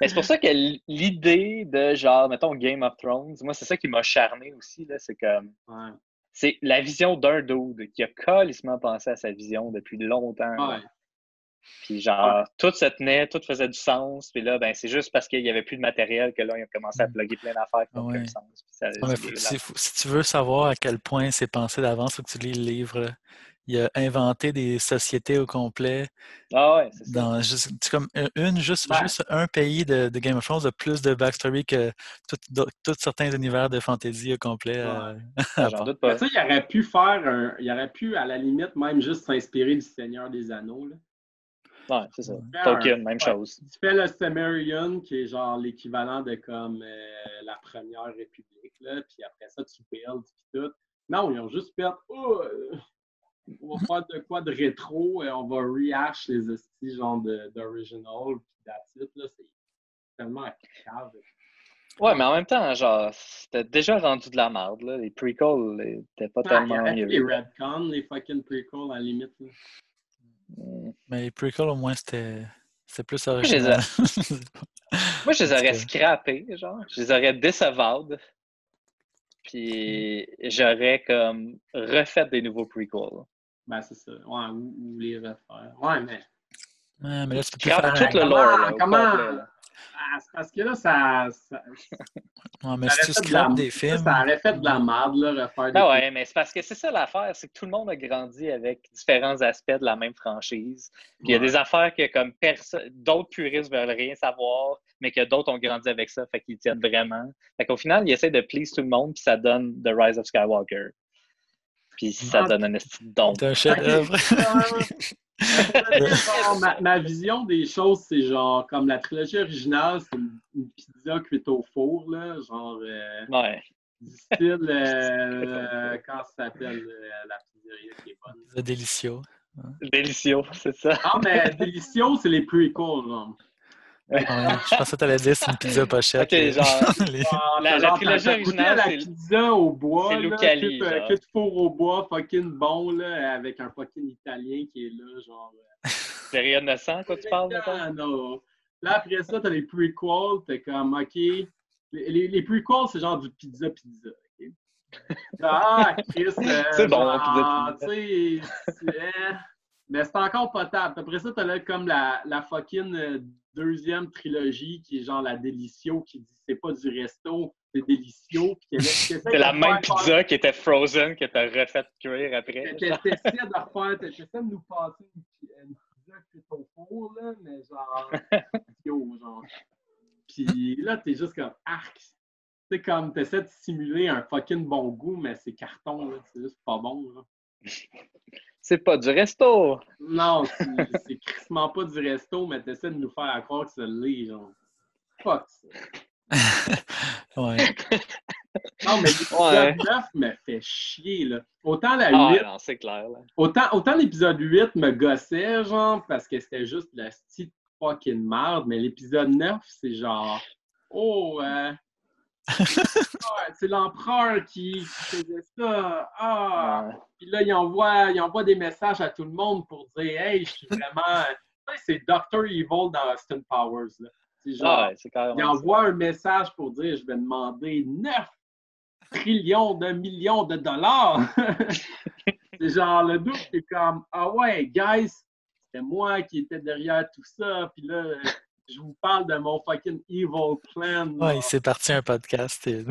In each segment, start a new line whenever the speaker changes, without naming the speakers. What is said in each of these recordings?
Mais c'est pour ça que l'idée de genre, mettons, Game of Thrones, moi, c'est ça qui m'a charmé aussi, là, c'est comme.
Ouais.
C'est la vision d'un dude qui a colissement pensé à sa vision depuis longtemps. là.
Ouais.
Puis genre, tout se tenait, tout faisait du sens. Puis là, ben, c'est juste parce qu'il n'y avait plus de matériel que là, ils ont commencé à
Mm.
plugger plein d'affaires qui n'ont
Ouais.
aucun sens. Puis ça-
Non, mais faut- si, faut- si tu veux savoir à quel point c'est pensé d'avance, faut que tu lis le livre. euh, Il a inventé des sociétés au complet.
Ah ouais, c'est ça.
Dans juste, c'est comme un- une, juste,
Ouais.
juste un pays de, de Game of Thrones a plus de backstory que tout- do- tous certains univers de fantasy au complet. euh, à
J'en
part.
doute pas.
Mais Ben, tu sais, il aurait pu faire un. Il aurait pu, à la limite, même juste s'inspirer du Seigneur des Anneaux. Là.
Ouais, c'est ça.
Faire
Tolkien,
un-
même
ouais.
chose.
Tu fais le Sumerian, qui est genre l'équivalent de comme euh, la Première République, là, puis après ça, tu builds, puis tout. Non, ils ont juste fait Oh, euh, on va faire de quoi de rétro, et on va rehash les hosties genre de- d'original, puis that's it, là, c'est tellement cave.
Ouais, mais en même temps, genre, c'était déjà rendu de la merde, là. Les prequels n'étaient pas
Ah, il
tellement
aurait fait les
mieux.
Redcon, les fucking prequels, à la limite. là.
Mm.
Mais les prequels, au moins, c'était c'était plus
les ai-
original.
Moi, je les
En tout
aurais
cas.
scrappés, genre. Je les aurais disavowed. Puis j'aurais comme refait des nouveaux prequels.
Ben, c'est ça. Ouais, ou, ou les refaire. Ouais, mais.
Ouais, mais là, tu peux plus
Scrap
faire
tout le
Comment-
lore. là, au
comment-
complet, là.
Ah, c'est parce que là, ça. ça
un- Ouais, mais
ça
si tu
aurait fait de la-
scrapes des films.
Ça, ça aurait fait de la merde, là, refaire des
Ben ouais, mais c'est parce que c'est ça l'affaire, c'est que tout le monde a grandi avec différents aspects de la même franchise. Puis il y a
Ouais.
des affaires que comme perso- d'autres puristes veulent rien savoir, mais que d'autres ont grandi avec ça, fait qu'ils tiennent vraiment. Fait qu'au final, ils essaient de please tout le monde, puis ça donne The Rise of Skywalker. Puis ça
Ah.
donne un esti de don.
C'est un chef-d'œuvre.
Genre, ma, ma vision des choses, c'est genre, comme la trilogie originale, c'est une, une pizza cuite au four, là, genre, euh,
Ouais.
du style, euh, euh, quand ça s'appelle euh, la pizzeria qui est bonne.
C'est délicieux.
Délicieux, c'est ça.
Non, mais délicieux, c'est les prequels, genre.
Ouais, je pensais que t'allais dire c'est une pizza pochette. euh,
Ok, genre-
Les-
Ah,
La- la
genre,
trilogie
t'as goûté à
originale,
la
c'est-
pizza au bois,
c'est
là,
Lucali,
cuite, euh,
genre.
cuite four au bois, fucking bon, là, avec un fucking italien qui est là, genre.
C'est rien de sang, quoi, tu parles, mettons?
Ah, non. Là, après ça, t'as les prequels, t'es comme, OK. Les, les, les prequels, c'est genre du pizza pizza. ok? Ah, Chris. euh,
C'est bon,
genre,
pizza, pizza.
tu sais, c'est- Mais c'est encore potable. Après ça, t'as là comme la, la fucking euh, deuxième trilogie qui est genre la Delicio qui dit c'est pas du resto, c'est Delicio.
C'est la même pizza qui était frozen que t'as refait cuire après.
T'essaies de refaire, t'essaies de nous passer une, une pizza qui est au four, là, mais genre, yo, genre. Puis là, t'es juste comme arc. C'est comme, t'essaies de simuler un fucking bon goût, mais c'est carton, là, c'est juste pas bon, là.
C'est pas du resto!
Non, c'est c'est crissement pas du resto, mais t'essaies de nous faire croire que c'est l'est, genre. Fuck ça.
Ouais.
Non, mais l'épisode
Ouais.
9 me fait chier, là. Autant la 8,
Ah non, c'est clair, là.
Autant, autant l'épisode 8 me gossait, genre, parce que c'était juste la petite fucking merde, mais l'épisode 9, c'est genre, oh, euh, ouais, c'est l'empereur qui, qui faisait ça. Ah!
Ouais.
Puis là, il envoie, il envoie des messages à tout le monde pour dire, hey, je suis vraiment. Tu sais, c'est Dr. Evil dans Austin Powers, là. C'est genre,
Ah ouais, c'est carrément
il
ça.
envoie un message pour dire je vais demander 9 trillions de millions de dollars. c'est genre le doute, c'est comme Ah ouais, guys, c'était moi qui étais derrière tout ça. Puis là, je vous parle de mon fucking evil plan. là.
Ouais, c'est parti un podcast. et- de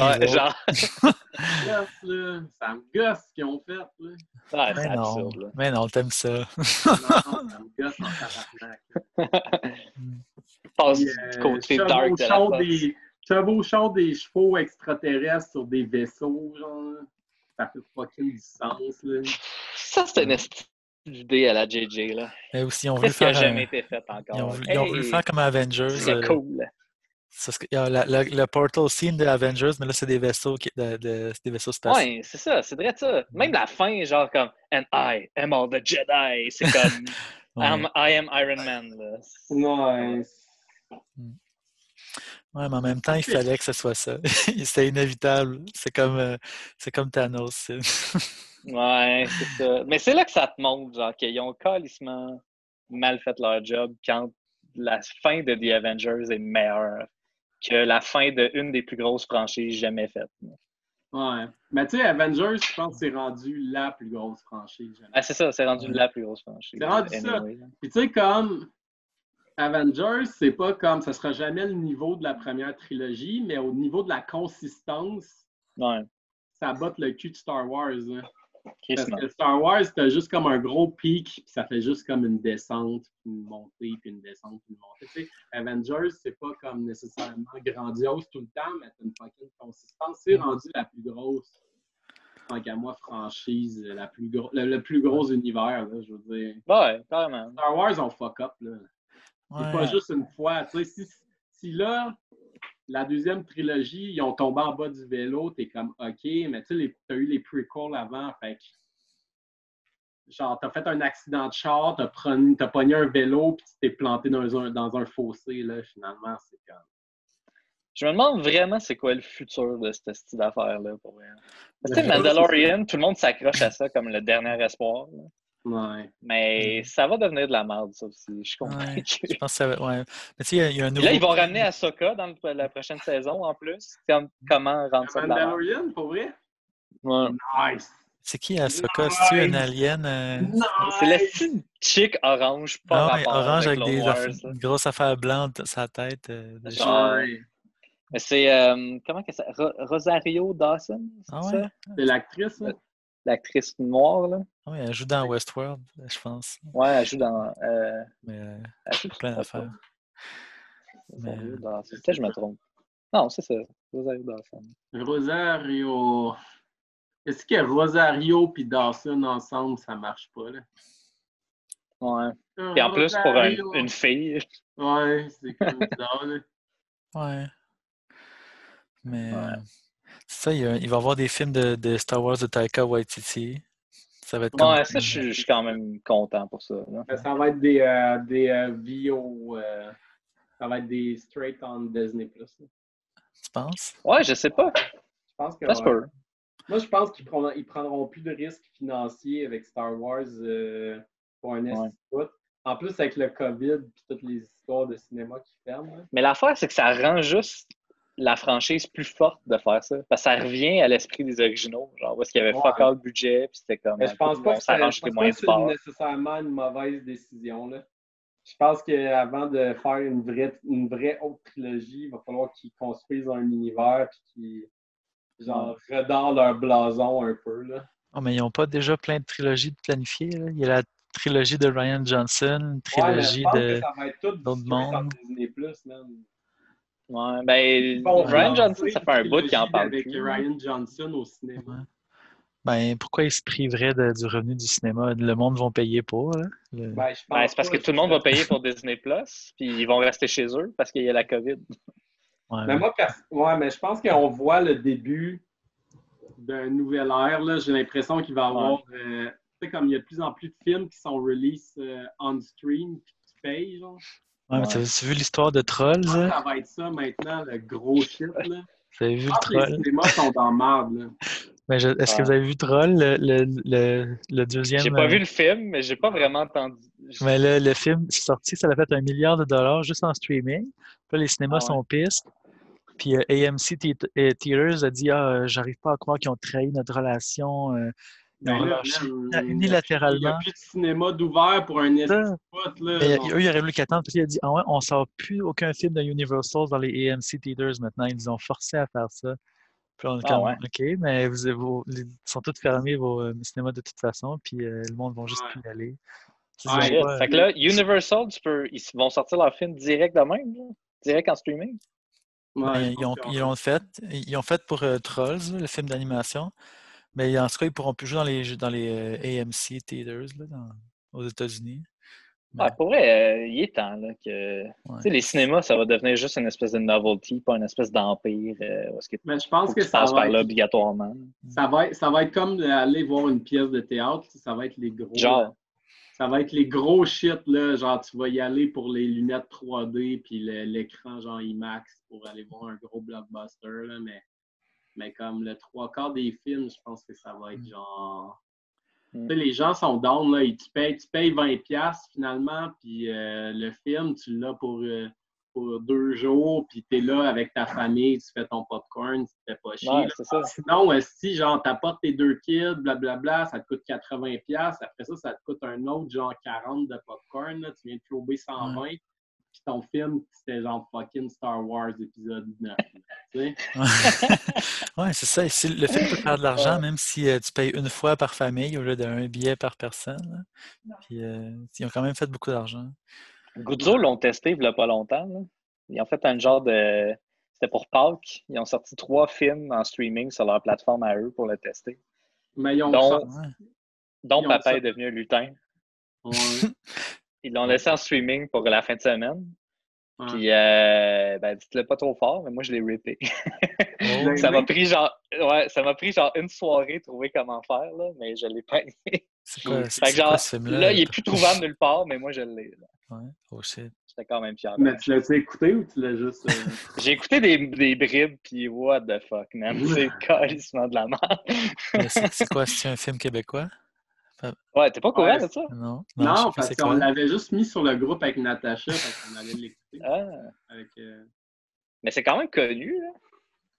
Ouais,
Evil.
genre,
Ça me gosse, là. Ça me gosse ce qu'ils ont fait. Là.
ouais, c'est
Mais non,
absurde, là.
mais non, t'aimes ça.
Non, ça me gosse en tabarnak.
Passe
Puis,
du
euh,
côté dark de la
chevauchons
force.
des, chevauchons des chevaux extraterrestres sur des vaisseaux, genre. Ça fait fucking du sens, là.
Ça, c'est une esti idée à la JJ, là.
Mais aussi, ils ont voulu
Qu'est-ce qui a
faire. un-
jamais été fait
Ils ont
encore?
voulu, ils ont voulu
Hey,
faire comme Avengers.
C'est
euh,
cool.
c'est ce que- il y a la- la- le portal scene de Avengers, mais là, c'est des vaisseaux, qui- de- de- c'est des vaisseaux spatiaux.
Ouais, c'est ça, c'est vrai ça. Même la fin, genre comme And I am all the Jedi. C'est comme
Ouais.
I'm- I am Iron Man. Là.
Ouais.
Ouais, mais en même temps, il fallait que ce soit ça. C'était inévitable. C'est comme, euh, c'est comme Thanos. c'est-
Ouais, c'est ça. Mais c'est là que ça te montre, genre, qu'ils ont calissement mal fait leur job quand la fin de The Avengers est meilleure que la fin d'une de des plus grosses franchises jamais faites.
Ouais. Mais tu sais, Avengers, je pense que c'est rendu la plus grosse franchise. jamais.
Ah, c'est ça, c'est rendu la plus grosse franchise.
C'est rendu ça. Puis tu sais, comme Avengers, c'est pas comme ça sera jamais le niveau de la première trilogie, mais au niveau de la consistance,
Ouais,
ça botte le cul de Star Wars. hein. Parce
crissement.
que Star Wars, t'as juste comme un gros pic, puis ça fait juste comme une descente, puis une montée, puis une descente, puis une montée. Tu sais, Avengers, c'est pas comme nécessairement grandiose tout le temps, mais t'as une fucking consistance. C'est rendu la plus grosse, tant qu'à moi, franchise, la plus gro- le, le plus gros univers, là, je veux dire.
Ouais, carrément.
Star Wars, on fuck up, là. C'est
Ouais.
pas juste une fois. Tu sais, si, si là, la deuxième trilogie, ils ont tombé en bas du vélo, t'es comme OK, mais tu sais, as eu les prequels avant, fait que. Genre, t'as fait un accident de char, t'as, pren- t'as pogné un vélo, puis tu t'es planté dans un, dans un fossé, là, finalement, c'est comme.
Je me demande vraiment c'est quoi le futur de cette style d'affaires-là pour vrai. Parce que tu sais,
Ouais,
Mandalorian, tout le monde s'accroche à ça comme le dernier espoir. là.
Ouais.
Mais ça va devenir de la merde, ça aussi. Je suis convaincu.
Je pense que ça va- ouais. Mais tu sais, il y a- il y, a un
Puis
nouveau.
là, ils vont ramener Ahsoka dans le- la prochaine saison en plus. Comme- comment rendre ça de la merde?
Mandalorian, pour vrai?
Ouais.
Nice!
C'est qui Ahsoka? C'est-tu une
Nice.
alien? euh,
C'est la
Nice!
petite chick orange, pas
Ah ouais,
rapport
orange
avec
avec des
Clone Wars,
affa-
là.
une grosse affaire blanche sur sa tête. euh, de
C'est
chien.
Ouais.
Mais c'est, euh, comment que ça, Ro- Rosario Dawson, c'est
Ah
ça?
ouais?
C'est l'actrice, hein? là?
L'actrice noire, là.
Ah ouais, elle joue dans Westworld, euh, je pense.
Ouais, elle joue dans... euh,
Mais euh,
elle joue dans
plein
quoi?
d'affaires.
Rosario Dawson. Peut-être que je me trompe. Non, c'est ça. Rosario Dawson.
Rosario. Est-ce que Rosario puis Dawson ensemble, ça marche pas, là?
Ouais. Et en plus, pour un-
Rosario.
une fille.
Ouais, c'est comme bizarre, là.
Ouais. Mais
Ouais.
euh, c'est ça, il, y a- il va y avoir des films de, de Star Wars de Taika Waititi. Ça va être comme.
Ouais, ça, je suis- je suis quand même content pour ça. là.
Ben, Ça va être des, euh, des euh, VO. euh, ça va être des straight on Disney+. là. Je
Tu penses?
Ouais, je sais pas.
pense que...
Ça se
ouais.
peut.
Moi, je pense qu'ils prendront, ils prendront plus de risques financiers avec Star Wars euh, pour un
Ouais.
institut. En plus, avec le COVID puis toutes les histoires de cinéma qui ferment. là.
Mais l'affaire, c'est que ça rend juste la franchise plus forte de faire ça. Parce que ça revient à l'esprit des originaux. Genre, parce qu'il y avait
Ouais.
fuck all budget, puis c'était comme.
Mais je pense
on
pas que c'est
s'arrange
je
des
pense pas que
moyens de
c'est
sport.
nécessairement une mauvaise décision. Là. Je pense qu'avant de faire une vraie, une vraie autre trilogie, il va falloir qu'ils construisent un univers puis qu'ils genre redorent leur blason un peu. Là.
Oh, mais ils n'ont pas déjà plein de trilogies de planifiées. là? Il y a la trilogie de Ryan Johnson, une
Ouais, mais je
trilogie
pense que
de.
ça va être tout
d'autres
distribué par
mondes.
Disney Plus, man.
Ouais, ben,
Bon,
Ryan
relancer
Johnson, ça
une
fait un bout qu'il en
trilogie
parle.
Avec
plus.
Ryan Johnson au cinéma.
Ouais. Ben, pourquoi ils se priveraient de- du revenu du cinéma? Le monde va payer pour. là. Le-
Ben, je pense
Ben, c'est parce
pas,
que tout le monde va payer pour Disney Plus, puis ils vont rester chez eux parce qu'il y a la COVID.
Ah ouais,
Mais moi, pers- ouais, mais je pense qu'on voit le début d'un nouvel ère. là. J'ai l'impression qu'il va y avoir. euh, tu sais, comme il y a de plus en plus de films qui sont release euh, on stream puis tu payes, genre.
Ouais, mais
Ouais.
T'as-tu vu l'histoire de Trolls? hein?
Ça va être ça maintenant, le gros shit, là.
T'avais vu
Je
le
pense que les
Troll?
cinémas sont dans marde, là.
Mais Ben, je- Est-ce que
Ouais.
vous avez vu Troll, le, le, le, le deuxième?
Ah. J'ai pas
euh,
vu le film, mais j'ai pas vraiment entendu.
Mais là, le film, c'est sorti, ça l'a fait un milliard de dollars juste en streaming. Puis là, les cinémas
Ah ouais.
sont pistes. Puis euh, AMC Thea- euh, Theaters a dit Ah, euh, j'arrive pas à croire qu'ils ont trahi notre relation. euh, ils ont
Ben là,
relâché
man, il y a-
na-
Il n'y a
unilatéralement.
plus de cinéma d'ouvert pour un
ça.
spot, là.
Mais
Non.
eux, ils auraient voulu qu'attendre. Puis euh, il a dit Ah ouais, on sort plus aucun film de Universal dans les AMC Theaters maintenant. Ils nous ont forcé à faire ça. Puis on est
Ah
comme
ouais.
OK, mais vous, vous- ils sont tous fermés, vos euh, cinémas, de toute façon. Puis euh, le monde va juste
Ouais.
plus y aller. Ils
Ouais,
ont pas-
Fait que là, Universal, tu peux, ils vont sortir leur film direct de même, là, direct en streaming.
Ouais,
Ben,
je
ils, ont,
pense qu'on-
ils l'ont fait. Ils ont fait pour euh, Trolls, le film d'animation. Mais en tout cas, ils pourront plus jouer dans les, jeux- dans les euh, AMC Theaters là, dans- aux États-Unis. Ouais.
Ouais, pour vrai, euh, il est temps là, que
Ouais.
tu sais, les cinémas, ça va devenir juste une espèce de novelty, pas une espèce d'empire. Euh, où est-ce que
Mais je
faut
pense
que
que
tu
ça
passes par
va
là
être
obligatoirement.
Ça va, être, ça va être comme aller voir une pièce de théâtre, ça va être les gros.
Genre,
Ça va être les gros shit, là. Genre, tu vas y aller pour les lunettes 3D puis le- l'écran, genre IMAX, pour aller voir un gros blockbuster, là. Mais, mais comme le trois quarts des films, je pense que ça va être genre.
Mm.
Tu sais, les gens sont down, là, ils te payent, tu payes 20$ finalement, puis euh, le film, tu l'as pour, euh, pour deux jours, puis t'es là avec ta famille, tu fais ton popcorn, tu te fais pas chier.
Ouais,
là.
c'est ça.
Sinon, euh, si genre t'apportes tes deux kids, blablabla, ça te coûte 80$, après ça, ça te coûte un autre genre 40$ de popcorn, là, tu viens de trouver 120$, puis ton film, c'était genre fucking Star Wars épisode 9. tu sais.
ouais, c'est ça. Et si le film peut faire de l'argent, même si euh, tu payes une fois par famille au lieu d'un billet par personne. là. Puis, euh, ils ont quand même fait beaucoup d'argent.
Guzzo l'ont testé il y a pas longtemps. là. Ils ont fait un genre de. C'était pour Pâques. Ils ont sorti trois films en streaming sur leur plateforme à eux pour le tester.
Mais ils ont
Donc,
sorti-
Ouais.
Dont
Ils ont
Papa
ça.
est devenu un lutin.
Ouais,
Ils l'ont laissé en streaming pour la fin de semaine.
ouais.
Puis, euh, ben, dites-le pas trop fort, mais moi, je l'ai rippé.
Oh.
ça m'a pris genre ouais, ça m'a pris genre une soirée de trouver comment faire, là, mais je l'ai payé.
C'est quoi,
Fait
c'est-
que
c'est quoi
genre,
ce film-là?
Là, il est plus trouvable nulle part, mais moi, je l'ai. là.
Ouais. Oh shit.
J'étais quand même fier.
Mais tu l'as-tu écouté ou tu l'as juste. euh,
J'ai écouté des, des bribes, puis what the fuck, man. C'est carrément de la merde.
Mais C'est c'est quoi? C'est un film québécois?
Ouais, t'es pas au courant
Ouais,
de ça?
Non.
Non,
je sais pas
parce
c'est
qu'on
quoi.
l'avait juste mis sur le groupe avec Natacha, fait qu'on allait l'écouter.
Ah,
avec, euh,
mais c'est quand même connu, là.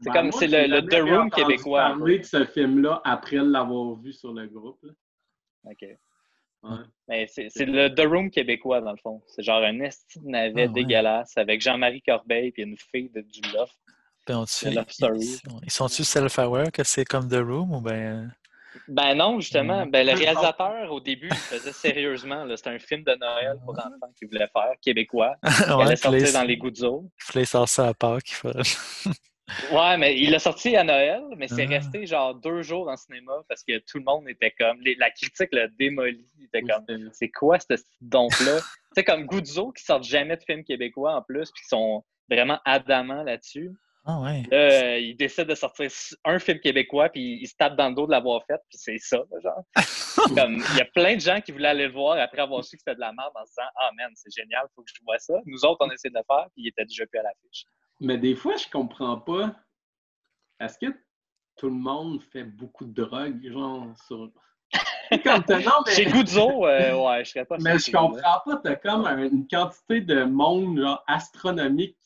C'est
ben,
comme-
moi,
c'est
j'ai
le- le
jamais
The Room
entendu
québécois, un peu.
parler de ce film-là après l'avoir vu sur le groupe. là.
OK.
Ouais.
Mais c'est c'est le The Room québécois, dans le fond. C'est genre un esti de navet
Ah, ouais.
dégueulasse avec Jean-Marie Corbeil puis une fille de, du Loft.
Ben, on tue-
The Love
ils-
Story.
ils sont- Ils sont-tu self-aware que c'est comme The Room ou ben.
Ben non, justement.
Mm.
Ben, le
Ah,
réalisateur, au début, il faisait sérieusement. là, C'était un film de Noël pour
Ah.
enfants qu'il voulait faire, québécois.
euh,
Il allait
ouais, puis
sortir
là,
dans les goûts d'eau.
il fallait sortir ça à Pâques. il fallait-
Ouais, mais il l'a sorti à Noël, mais c'est
Ah.
resté genre deux jours en cinéma parce que tout le monde était comme. les- la critique l'a démoli. Il était comme.
C'était-
C'est quoi ce donc-là? c'est comme Guzzo qui sortent jamais de films québécois en plus, puis qui sont vraiment adamants là-dessus.
Ah ouais.
Là, euh, ils décident de sortir s- un film québécois, puis ils se tapent dans le dos de l'avoir fait, puis c'est ça, là, genre. Comme, Il y a plein de gens qui voulaient aller le voir après avoir su que c'était de la merde en se disant Ah man, c'est génial, faut que je vois ça. Nous autres, on essaie de le faire, puis il était déjà plus à l'affiche.
Mais des fois, je comprends pas. Est-ce que tout le monde fait beaucoup de drogue, genre, sur. C'est comme t'as- non, mais-
Chez Guzzo, euh, ouais, je serais pas
Mais je
surpris, là.
comprends pas, t'as comme un- une quantité de monde genre, astronomique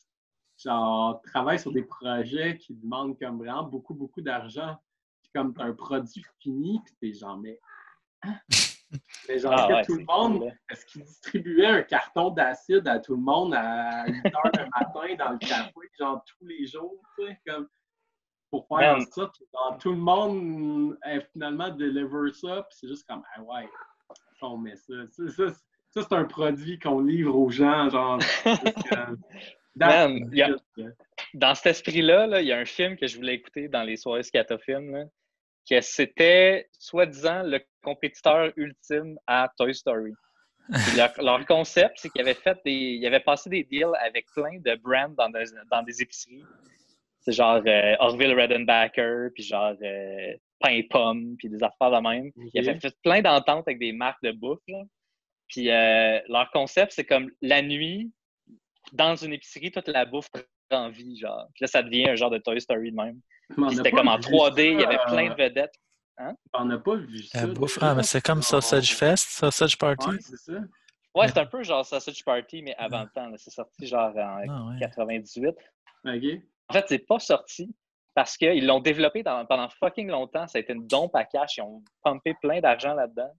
qui genre, travaille sur des projets qui demandent comme vraiment beaucoup, beaucoup d'argent. Puis comme t'as un produit fini, puis t'es genre, mais. hein? Mais genre,
Ah
est-ce que
ouais,
tout
c'est
le monde,
cool, là.
est-ce qu'ils distribuaient un carton d'acide à tout le monde à 8 h le matin dans le café, genre tous les jours, tu sais, comme pour faire
Man.
ça, puis genre, tout le monde euh, finalement deliver ça, puis c'est juste comme, ah ouais, ça, on met ça. Ça, ça, c'est- ça, c'est un produit qu'on livre aux gens, genre. c'est juste comme, that's
Man, il y a-
it, là.
dans cet esprit-là, là, il y a un film que je voulais écouter dans les soirées scatofilms, là, que c'était, soi-disant, le compétiteur ultime à Toy Story. Puis Leur, leur concept, c'est qu'ils avaient fait des. Ils avaient passé des deals avec plein de brands dans des, dans des épiceries. C'est genre euh, Orville Redenbacher, puis genre euh, Pain et Pomme, puis des affaires de même. Ils
Ok.
avaient fait plein d'ententes avec des marques de bouffe. là. Puis euh, leur concept, c'est comme la nuit, dans une épicerie, toute la bouffe prend vie, genre. Puis là, ça devient un genre de Toy Story de même.
Mais
Puis
on n'a
c'était
pas
comme en
vu
3D, il y
ça,
avait plein de
euh,
vedettes.
On n'a pas vu ça.
La bouffe. Ah, mais c'est comme Sausage Fest, Sausage Party.
Ouais, c'est ça.
Ouais, c'est un peu genre Sausage Party, mais avant le temps. là. C'est sorti genre en
Ah ouais.
98.
OK.
En fait, c'est pas sorti parce qu'ils l'ont développé dans- pendant fucking longtemps. Ça a été une dompe à cash. Ils ont pumpé plein d'argent là-dedans.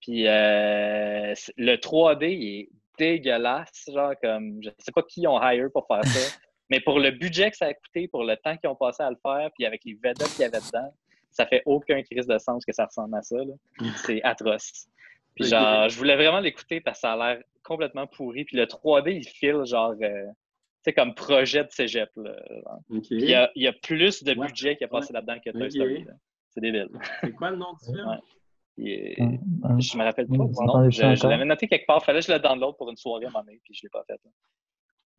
Puis euh, c'est- le 3D, il est dégueulasse. Genre, comme, je sais pas qui ils ont hire pour faire ça. mais pour le budget que ça a coûté, pour le temps qu'ils ont passé à le faire, puis avec les vedettes qu'il y avait dedans, ça fait aucun crise de sens que ça ressemble à ça. là. C'est atroce. Puis
Ok.
genre, je voulais vraiment l'écouter parce que ça a l'air complètement pourri. Puis le 3D, il file genre, euh, tu sais, comme projet de cégep. Là.
OK.
Il y, a, il y a plus de
Ouais.
budget qui a passé là-dedans que Toy
Ok.
Story. là. C'est débile.
C'est quoi le nom du film?
Ouais. Et-
Ouais.
Je me rappelle
Vous
pas du nom.
entendez ça
Je, je
encore?
l'avais noté quelque part. Fallait que je le download pour une soirée à un moment donné, puis je l'ai pas fait. là.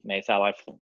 Mais ça a l'air fou.